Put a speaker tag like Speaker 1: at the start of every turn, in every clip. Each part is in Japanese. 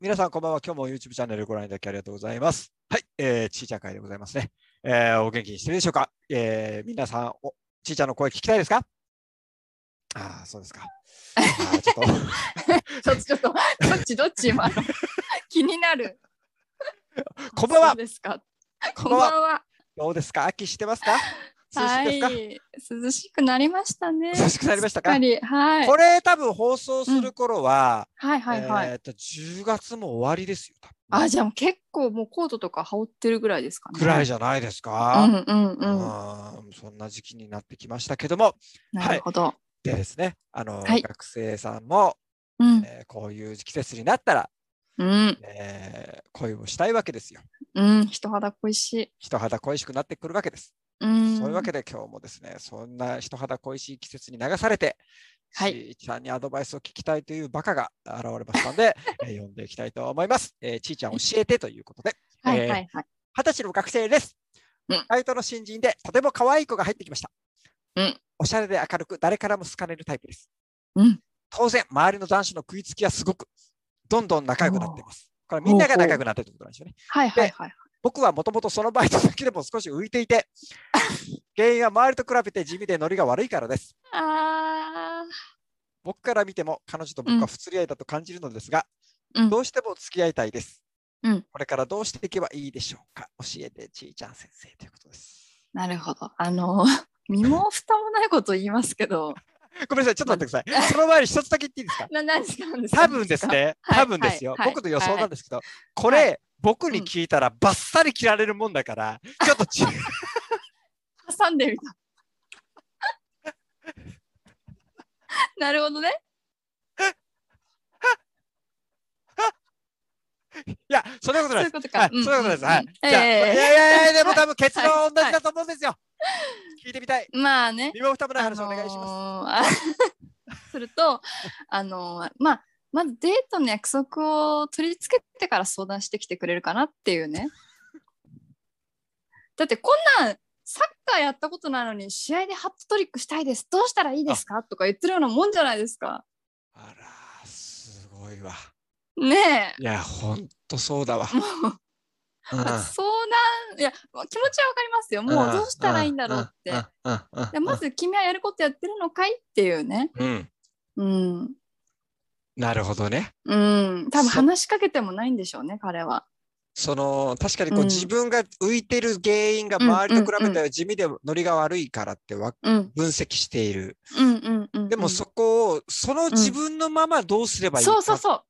Speaker 1: 皆さん、こんばんは。今日も YouTube チャンネルご覧いただきありがとうございます。はい、えー、ちーちゃん会でございますね。えー、お元気にしてるでしょうか、えー、皆さんお、ちーちゃんの声聞きたいですかああ、そうですか。あ ーちょっと。
Speaker 2: ちょっとちょっとどっちどっち今の気になる。
Speaker 1: こんばんは
Speaker 2: そうですか。こ
Speaker 1: んば
Speaker 2: ん
Speaker 1: んは
Speaker 2: ばんは。
Speaker 1: どうですか秋してますか涼しいですか、
Speaker 2: はい。涼しくなりましたね。
Speaker 1: 涼しくなりましたか
Speaker 2: すっりはい。
Speaker 1: これ多分放送する頃は、
Speaker 2: はいはいはい。
Speaker 1: えーっと10月も終わりですよ。多分
Speaker 2: あじゃあもう結構もうコートとか羽織ってるぐらいですかね。
Speaker 1: くらいじ
Speaker 2: じ
Speaker 1: ゃないです
Speaker 2: ゃ
Speaker 1: か、
Speaker 2: ん。うん
Speaker 1: う
Speaker 2: うんうん。
Speaker 1: んそんな時期になってきましたけども、
Speaker 2: なるほど。
Speaker 1: でですね、あの、
Speaker 2: はい
Speaker 1: 学生さんも、
Speaker 2: うん
Speaker 1: えーこういう季節になったら、
Speaker 2: うん
Speaker 1: えー恋をしたいわけですよ。
Speaker 2: うん。人肌恋しい。
Speaker 1: 人肌恋しくなってくるわけです。
Speaker 2: うん。
Speaker 1: そういうわけで今日もですね、そんな人肌恋しい季節に流されて、
Speaker 2: はい
Speaker 1: ちーちゃんにアドバイスを聞きたいというバカが現れましたの で、えー、読んでいきたいと思います。えーちーちゃん教えてということで、
Speaker 2: はい
Speaker 1: えー
Speaker 2: はいはい。
Speaker 1: 二十歳の学生です
Speaker 2: うん。
Speaker 1: バイトの新人でとても可愛い子が入ってきました。
Speaker 2: うん
Speaker 1: おしゃれで明るく誰からも好かれるタイプです。
Speaker 2: うん
Speaker 1: 当然、周りの男子の食いつきはすごく、どんどん仲良くなっています。これみんなが仲良くなってるってことなんですよね。
Speaker 2: はいはいはい。
Speaker 1: 僕はもともとそのバイト先でも少し浮いていて、原因は周りと比べて地味でノリが悪いからです。
Speaker 2: あ
Speaker 1: 僕から見ても彼女と僕は不釣り合いだと感じるのですが、
Speaker 2: うん
Speaker 1: どうしても付き合いたいです、
Speaker 2: うん
Speaker 1: これからどうしていけばいいでしょうか教えてちーちゃん先生ということです。
Speaker 2: ーなるほど。あの身も蓋もないことを言いますけど。
Speaker 1: ごめんなさい、ちょっと待ってください。その前に一つだけ言っていいですか
Speaker 2: な何ですか何ですか
Speaker 1: 多分です。ね、
Speaker 2: はい
Speaker 1: 多分ですよ、
Speaker 2: はいはい
Speaker 1: 僕の予想なんですけど、こ
Speaker 2: は
Speaker 1: れ、僕に聞いたらバッサリ切られるもんだから、ちょっとち
Speaker 2: 挟んでみた。 なるほどね。
Speaker 1: いや、そんなこと
Speaker 2: そ
Speaker 1: な
Speaker 2: う
Speaker 1: いいうです。
Speaker 2: こと
Speaker 1: は
Speaker 2: か
Speaker 1: い。、そういうことです。はい。
Speaker 2: え
Speaker 1: じゃあいやい
Speaker 2: え
Speaker 1: やいや、でも多 分結論は同じだと思うんですよ。聞いてみたい。
Speaker 2: まあね。
Speaker 1: 身も蓋もない話お願いします。
Speaker 2: す。 すると、あのーまあ、まずデートの約束を取り付けてから相談してきてくれるかなっていうね。 だってこんなんサッカーやったことないのに試合でハットトリックしたいですどうしたらいいですかとか言ってるようなもんじゃないですか。
Speaker 1: あら、すごいわ。
Speaker 2: ねえ。
Speaker 1: いや、ほんとそうだわ。
Speaker 2: もう
Speaker 1: うん
Speaker 2: 相談いやまあ気持ちはわかりますよもうどうしたらいいんだろうって。
Speaker 1: んうんうんうん
Speaker 2: でまず君はやることやってるのかいっていうね
Speaker 1: うん、
Speaker 2: うん
Speaker 1: なるほどね。
Speaker 2: うん多分
Speaker 1: そ
Speaker 2: 話しかけてもないんでしょうね彼は
Speaker 1: その確かにこう、
Speaker 2: うん
Speaker 1: 自分が浮いてる原因が周りと比べたら地味でノリが悪いからってわ
Speaker 2: うん
Speaker 1: 分析している。
Speaker 2: うんうんうん
Speaker 1: でもそこをその自分のままどうすればいいか
Speaker 2: そうそうそう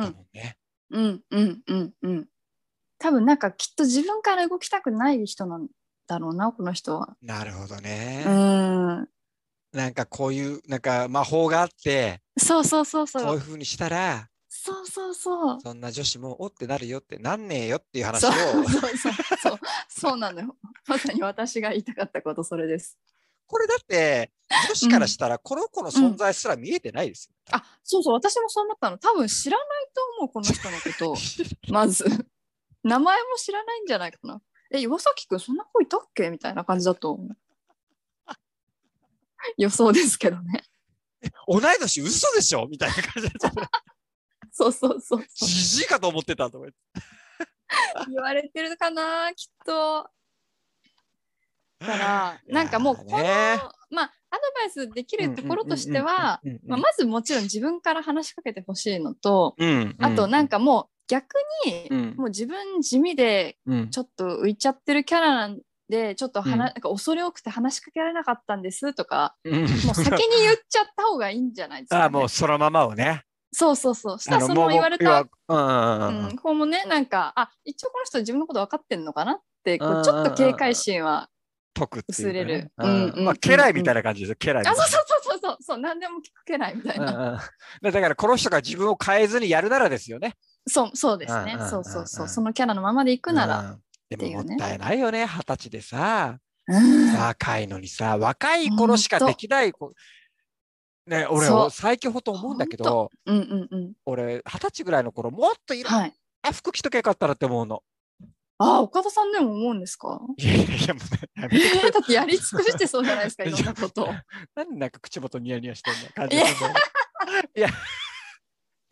Speaker 2: う
Speaker 1: だ
Speaker 2: ん
Speaker 1: もんね。
Speaker 2: うんうんうんうん多分なんかきっと自分から動きたくない人なんだろうなこの人は
Speaker 1: なるほど
Speaker 2: う
Speaker 1: ね。
Speaker 2: ん
Speaker 1: なんかこういうなんか魔法があって
Speaker 2: そうそうそう
Speaker 1: こうい
Speaker 2: そ
Speaker 1: う
Speaker 2: う
Speaker 1: ふうにしたら
Speaker 2: そうそうそう
Speaker 1: そんな女子もおってなるよってなんねえよっていう話
Speaker 2: そ
Speaker 1: を
Speaker 2: うそうそうそうそうなのよまさに私が言いたかったことそれです
Speaker 1: これだって女子からしたらこの子の存在すら見えてないですよ。
Speaker 2: あそうそう私もそう思ったの多分知らないと思うこの人のことを まず名前も知らないんじゃないかなえ岩崎くんそんな子いたっけみたいな感じだと思う予想ですけどね
Speaker 1: 同い年嘘でしょみたいな感じで
Speaker 2: そうそうそうそう
Speaker 1: じじいかと思ってたと思って。
Speaker 2: 言われてるかなきっとだからなんかもうこの、
Speaker 1: いやーね
Speaker 2: まあアドバイスできるところとしては、
Speaker 1: うんうんうん
Speaker 2: まあ、まずもちろん自分から話しかけてほしいのと、
Speaker 1: うんうん
Speaker 2: あとなん
Speaker 1: か、
Speaker 2: かもう逆に、
Speaker 1: うん
Speaker 2: もう自分地味で
Speaker 1: うん
Speaker 2: ちょっと浮いちゃってるキャラなんでちょっと話、
Speaker 1: うん
Speaker 2: なんか恐れ多くて話しかけられなかったんですとか
Speaker 1: うん
Speaker 2: もう先に言っちゃった方がいいんじゃないですか、ね。
Speaker 1: ああもうそのままをね。
Speaker 2: そうそうそうした
Speaker 1: あ
Speaker 2: ら
Speaker 1: の
Speaker 2: そのまま言われた
Speaker 1: も
Speaker 2: ら、
Speaker 1: う要はうんうんうん
Speaker 2: うん、こうもねなんかあ一応この人自分のこと分かってんのかなってこ
Speaker 1: うんうんう
Speaker 2: うんちょっと警戒心は
Speaker 1: 解くっていうかね
Speaker 2: 薄れる
Speaker 1: う
Speaker 2: うんうんうん
Speaker 1: んまあ家来みたいな感じですよ家来
Speaker 2: あ
Speaker 1: み
Speaker 2: そ
Speaker 1: た
Speaker 2: う
Speaker 1: いな
Speaker 2: そうそうそうそうそう何でも聞けないみたいな、
Speaker 1: うんうん でだからこの人が自分を変えずにやるならですよね。
Speaker 2: そうそうですね、
Speaker 1: うんうんうんうん
Speaker 2: そうそうそうそのキャラのままでいくなら、
Speaker 1: うん
Speaker 2: ってい
Speaker 1: でも
Speaker 2: うね
Speaker 1: もったいないよね二十歳でさ
Speaker 2: うん
Speaker 1: 若いのにさ若い頃しかできない子ね俺
Speaker 2: そう
Speaker 1: 最近ほんと思うんだけ
Speaker 2: ほん
Speaker 1: ど
Speaker 2: うんうんうん
Speaker 1: 俺二十歳ぐらいの頃もっといろん
Speaker 2: はい
Speaker 1: な服着とけばよかったなって思うの。
Speaker 2: あ岡田さんでも思うんですか
Speaker 1: いやいやいやもうねやめ
Speaker 2: え
Speaker 1: て
Speaker 2: ーだってやり尽くしてそうじゃないですか、いろんなことを。
Speaker 1: なんでなんか口元ニヤニヤしてんの感じなんだよ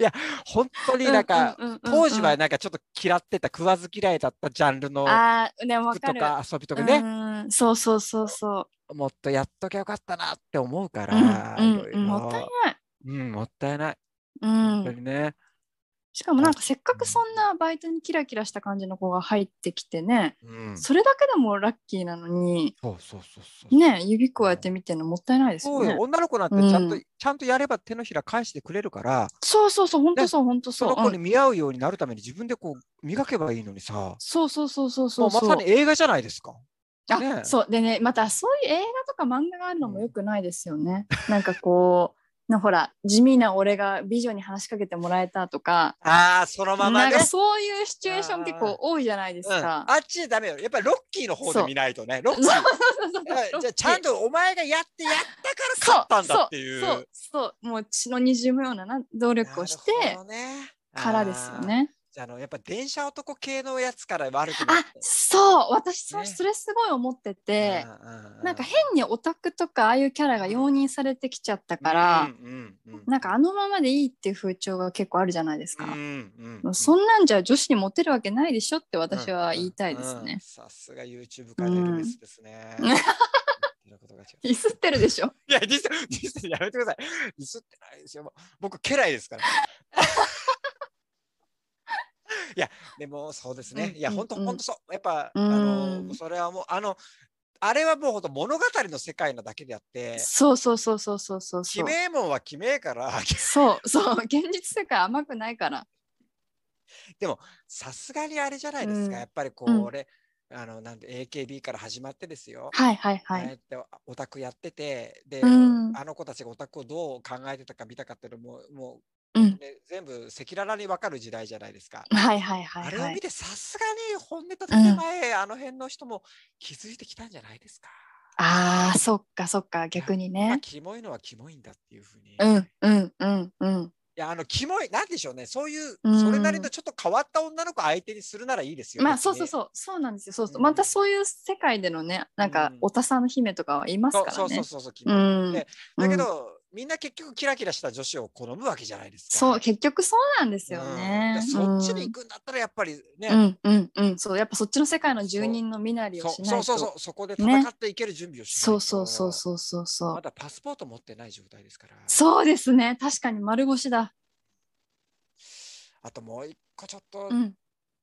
Speaker 1: いや本当になんか、
Speaker 2: うんうんうんうん
Speaker 1: 当時はなんかちょっと嫌ってた、食わず嫌いだったジャンルの
Speaker 2: ああ、でもわ
Speaker 1: 服
Speaker 2: か
Speaker 1: と
Speaker 2: る。
Speaker 1: か遊びとかね、
Speaker 2: うんそうそうそうそう。
Speaker 1: もっとやっときゃよかったなって思うか
Speaker 2: うん
Speaker 1: ら、
Speaker 2: うん
Speaker 1: いろ
Speaker 2: うんもったいない。
Speaker 1: いろうん、もったいない。
Speaker 2: う
Speaker 1: 本当
Speaker 2: ん、
Speaker 1: にね。
Speaker 2: しかもなんかせっかくそんなバイトにキラキラした感じの子が入ってきてね、
Speaker 1: うん。そ
Speaker 2: それだけでもラッキーなのに
Speaker 1: うそうそうそう。
Speaker 2: ね指くわえてみてるのもったいないです
Speaker 1: そ
Speaker 2: よ
Speaker 1: う
Speaker 2: ね
Speaker 1: よ、。女の子なんてちゃんと、
Speaker 2: うん
Speaker 1: ちゃんとやれば手のひら返してくれるから、
Speaker 2: そうそうそう本当そう本当
Speaker 1: そ
Speaker 2: そう
Speaker 1: の子
Speaker 2: う
Speaker 1: に
Speaker 2: ん。
Speaker 1: 見合うようになるために自分でこう磨けばいいのにさ、
Speaker 2: そうそうそうそうそ
Speaker 1: も
Speaker 2: う
Speaker 1: うま
Speaker 2: そう。
Speaker 1: さに映画じゃないですか。ね
Speaker 2: あそうでねまたそういう映画とか漫画があるのもよくないです よね。なんかこうのほら地味な俺が美女に話しかけてもらえたとか、
Speaker 1: ああ、その
Speaker 2: なんかそういうシチュエーション結構多いじゃないです
Speaker 1: うん、あ
Speaker 2: か。
Speaker 1: っちダメよ。やっぱりロッキーの方で見ないとね。 ロッキー。
Speaker 2: そう
Speaker 1: うんじゃあちゃんとお前がやってやったから勝ったんだっていう。
Speaker 2: そうそうそうもう血の滲むようなな努力をして
Speaker 1: なるほどね
Speaker 2: からですよ。ね。
Speaker 1: あーあのやっぱ電車男系のやつから悪くなっ
Speaker 2: あ
Speaker 1: て。
Speaker 2: そう私そ,、
Speaker 1: ね
Speaker 2: それすごい思ってて、なんか変
Speaker 1: だ
Speaker 2: にオタクとかああいうキャラが容認されてきちゃったから、
Speaker 1: うんうんうん、
Speaker 2: なんかあのままでいいっていう風潮が結構あるじゃないですか。
Speaker 1: うんうん
Speaker 2: も
Speaker 1: う、
Speaker 2: うんそんなんじゃ女子にモテるわけないでしょって私は言いたいです
Speaker 1: うんうん
Speaker 2: ね。
Speaker 1: さすが YouTube から出るベスですね。
Speaker 2: うん
Speaker 1: 言ってることが違う
Speaker 2: ディスってるでしょ。
Speaker 1: いや、ディス、ディス、やめてください。ディスってないですよ。もう僕、家来ですから。いや、でも、そうですね。いや、
Speaker 2: うん
Speaker 1: 本当、
Speaker 2: うん
Speaker 1: 本当そう。やっぱ、あ
Speaker 2: う
Speaker 1: の、
Speaker 2: ん
Speaker 1: それはもう、あの、あれはもう本当物語の世界なだけであって、
Speaker 2: そうそうそうそうそうそうそ
Speaker 1: 決
Speaker 2: う。
Speaker 1: めもんは決めから、
Speaker 2: そうそう現実世界甘くないから。
Speaker 1: さすがにあれじゃないですか。
Speaker 2: うん
Speaker 1: やっぱりこ
Speaker 2: うん
Speaker 1: う、俺、あの、なんで AKB から始まってですよ。
Speaker 2: はいはいは
Speaker 1: ああ
Speaker 2: い。
Speaker 1: やってオタクやってて、で、
Speaker 2: うん
Speaker 1: あの子たちがオタクをどう考えてたか見たかっていうのも、もう、
Speaker 2: うん。
Speaker 1: ね、全部赤裸々に分かる時代じゃないですか。
Speaker 2: はいはいは
Speaker 1: あ
Speaker 2: い
Speaker 1: れ
Speaker 2: は
Speaker 1: を
Speaker 2: い
Speaker 1: 見。てさすがに本ネタ建前、あの辺の人も気づいてきたんじゃないですか。
Speaker 2: ああそっかそっか逆に
Speaker 1: まあ、
Speaker 2: ね。
Speaker 1: キモいのはキモいんだっていうふうに。
Speaker 2: う
Speaker 1: い
Speaker 2: んうんうんうん。
Speaker 1: やあのキモいなんでしょうねそういう
Speaker 2: うん
Speaker 1: それなりのちょっと変わった女の子相手にするならいいですよ。
Speaker 2: まあ
Speaker 1: 別
Speaker 2: そう
Speaker 1: に
Speaker 2: そうそうそうなんですよ。そうそう、
Speaker 1: うん
Speaker 2: またそういう世界でのねなんか
Speaker 1: うん
Speaker 2: おたさんの姫とかはいます
Speaker 1: そう
Speaker 2: からね。
Speaker 1: そうそうそうそうキ
Speaker 2: う
Speaker 1: モい
Speaker 2: ん
Speaker 1: でだけど、みんな結局キラキラした女子を好むわけじゃないですか。
Speaker 2: そう
Speaker 1: で
Speaker 2: 結局そうなんですよね。
Speaker 1: そっちに行くんだったらやっぱりね、
Speaker 2: うんうんうんうんそうやっぱそっちの世界の住人の身なりを
Speaker 1: そ
Speaker 2: しないと。
Speaker 1: そうそう
Speaker 2: そう
Speaker 1: そうそこで
Speaker 2: ね
Speaker 1: 戦っていける準備をしない
Speaker 2: そ
Speaker 1: と
Speaker 2: うそうそうそうそうそう
Speaker 1: まだパスポート持ってない状態ですから。
Speaker 2: ですね確かに丸腰だ。
Speaker 1: あともう一個ちょっと
Speaker 2: うん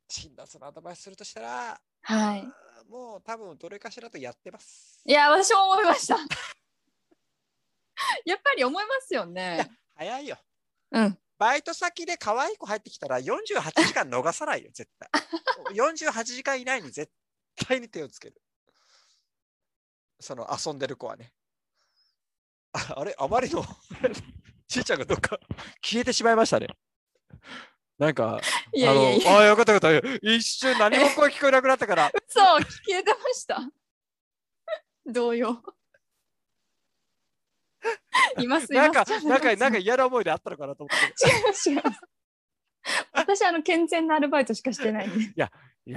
Speaker 1: 辛辣なアドバイスするとしたら、
Speaker 2: はい。
Speaker 1: もう多分どれかしらとやってます。
Speaker 2: いや私も思いました。 やっぱり思いますよね。
Speaker 1: 早いよ。
Speaker 2: うん
Speaker 1: バイト先で可愛い子入ってきたら48時間逃さないよ、絶 対。48時間以内に絶対に手をつける。その遊んでる子はね。ああれ、あまりの ちいちゃんがどっか消えてしまいましたね。なんか、
Speaker 2: いやいやいや
Speaker 1: あのあ、よかったよかった。一瞬何も声聞こえなくなったから、
Speaker 2: そう消えてました。動揺。い ますい
Speaker 1: な
Speaker 2: ま
Speaker 1: ん
Speaker 2: す。
Speaker 1: か、なん
Speaker 2: 違
Speaker 1: か、
Speaker 2: い
Speaker 1: なんか
Speaker 2: ま
Speaker 1: 嫌な思いであったのかなと思って。
Speaker 2: す違います。私あの健全なアルバイトしかしてないんで。
Speaker 1: いや、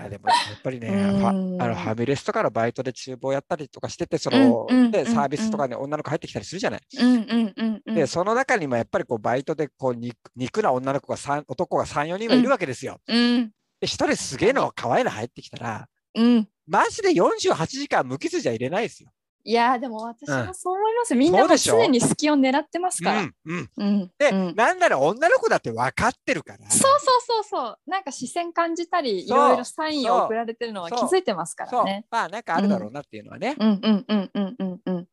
Speaker 1: で も、やっぱりね、ファ
Speaker 2: うん
Speaker 1: あのファミレスとかのバイトで厨房やったりとかしてて、その、
Speaker 2: うんうん
Speaker 1: で
Speaker 2: うん
Speaker 1: サービスとかに女の子入ってきたりするじゃない。
Speaker 2: うんうんうんうん。
Speaker 1: で、その中にもやっぱりこうバイトでこう肉肉な女の子が三男が3、4人はいるわけですよ。
Speaker 2: うん
Speaker 1: で、一人すげえの可愛いの入ってきたら、
Speaker 2: うん。
Speaker 1: マジで48時間無傷じゃ入れないですよ。
Speaker 2: いやーでも私
Speaker 1: うん
Speaker 2: もそう思いますよ。みんな
Speaker 1: そう
Speaker 2: も
Speaker 1: で
Speaker 2: う
Speaker 1: しょ
Speaker 2: 常に隙を狙ってますから。
Speaker 1: うんうん、
Speaker 2: うん。
Speaker 1: で、
Speaker 2: うん
Speaker 1: なんなら女の子だって分かってるから。
Speaker 2: そうそうそうそう。なんか視線感じたり、い
Speaker 1: そう
Speaker 2: ろいろサイン
Speaker 1: そう
Speaker 2: を送られてるのは気づいてますから
Speaker 1: そう
Speaker 2: ね。
Speaker 1: まあなんかあるだろうなっていうのはね。
Speaker 2: うんうんうんうんうんうん。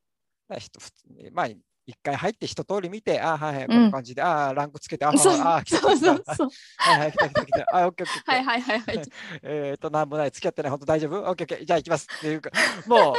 Speaker 1: まあひと普通にまあ一回入って一通り見て、あーはいはい、こ
Speaker 2: うん
Speaker 1: の感じで、ああ、ランクつけて、あー
Speaker 2: そう
Speaker 1: はいはいあー、来た
Speaker 2: そう
Speaker 1: 来
Speaker 2: そ
Speaker 1: た
Speaker 2: う。そう。
Speaker 1: はいはい、来た来た来た。あ、オッケーオッケー。
Speaker 2: はいはいはいはい。
Speaker 1: えっと、なんもない。付き合ってない。本当大丈夫オッケーオッケー。じゃあ行きます。っていうか、 もう、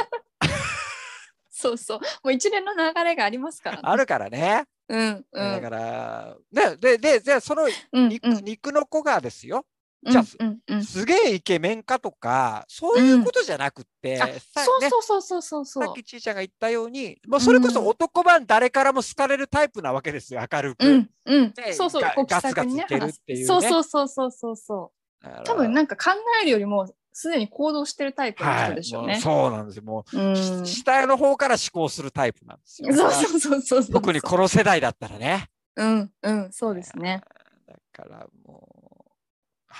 Speaker 2: そうそう。もう一連の流れがありますからね。
Speaker 1: あるからね。
Speaker 2: うんう
Speaker 1: だ
Speaker 2: ん
Speaker 1: から、ね、で、で、で、その
Speaker 2: うん
Speaker 1: 肉,、肉の子がですよ、
Speaker 2: うん
Speaker 1: じゃあ
Speaker 2: うんうん
Speaker 1: すげえイケメンかとか、そういうことじゃなくって、
Speaker 2: あ
Speaker 1: さ
Speaker 2: そう
Speaker 1: ね
Speaker 2: そうそうそうそうそう
Speaker 1: さっきちいちゃんが言ったように、もうそれこそ男版誰からも好かれるタイプなわけですよ、明るく。
Speaker 2: うんうん
Speaker 1: で
Speaker 2: そうそう
Speaker 1: ガ
Speaker 2: こう気さくにね
Speaker 1: ガツガツいけるっていうね
Speaker 2: 話すそうそうそうそうそうそう
Speaker 1: だから
Speaker 2: 多分なんか考えるよりもすでに行動してるタイプの
Speaker 1: はい
Speaker 2: 人でしょうね。
Speaker 1: もうそうなんですよ。も
Speaker 2: うん
Speaker 1: う、し下の方から思考するタイプなんですよ。
Speaker 2: そうそうそうそうそう。
Speaker 1: 特にこの世代だったらね。
Speaker 2: うんうんそうですね。
Speaker 1: からもう。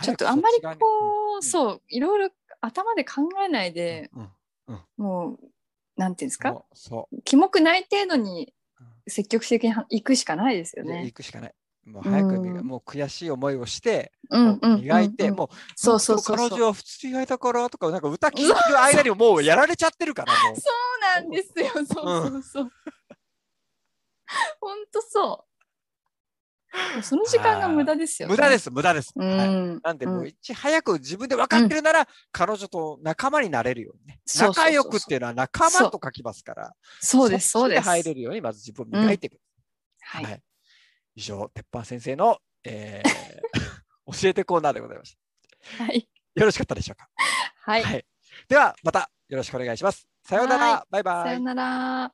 Speaker 2: ちょっとあんまり
Speaker 1: 早くそっち側に
Speaker 2: こ
Speaker 1: ん
Speaker 2: う、そう、いろいろ頭で考えないで、
Speaker 1: うんうん
Speaker 2: もう、なんていうんですか、
Speaker 1: そうそ
Speaker 2: キモくない程度に
Speaker 1: うん
Speaker 2: 積極的に行くしかないです
Speaker 1: う。
Speaker 2: よ
Speaker 1: で
Speaker 2: ね
Speaker 1: 行。くしかない。もう早く磨
Speaker 2: うん
Speaker 1: もう悔しい思いをして、
Speaker 2: うんうん
Speaker 1: も
Speaker 2: う。
Speaker 1: うん磨いて、
Speaker 2: うん
Speaker 1: もう
Speaker 2: そうそうそう。
Speaker 1: 彼
Speaker 2: そう
Speaker 1: 女は普通に磨いたからとか、なんか歌聴いてる間にもうやられちゃってるから、もう。
Speaker 2: なんですよ、そうそうそう。ほんとそう。もうその時間が無駄ですよ、。
Speaker 1: 無駄ですす、無駄です。
Speaker 2: う
Speaker 1: はい
Speaker 2: ん。
Speaker 1: なんで、
Speaker 2: うん
Speaker 1: もういち早く自分で分かってるなら、彼女と仲間になれるようにね。
Speaker 2: そうそうそうそう
Speaker 1: 仲良くっていうのは仲間と書きますから、
Speaker 2: そうです、
Speaker 1: そ
Speaker 2: そ
Speaker 1: っ
Speaker 2: う
Speaker 1: ち
Speaker 2: です。
Speaker 1: 入れるように、まず自分を磨いていく。
Speaker 2: はい
Speaker 1: は。い以上、鉄板先生の、え ー教えてコーナーでございまし
Speaker 2: はい。
Speaker 1: た。よろしかったでしょうか。
Speaker 2: はい。
Speaker 1: では、またよろしくお願いします。さようなら
Speaker 2: は。
Speaker 1: バイバイ。
Speaker 2: さよなら。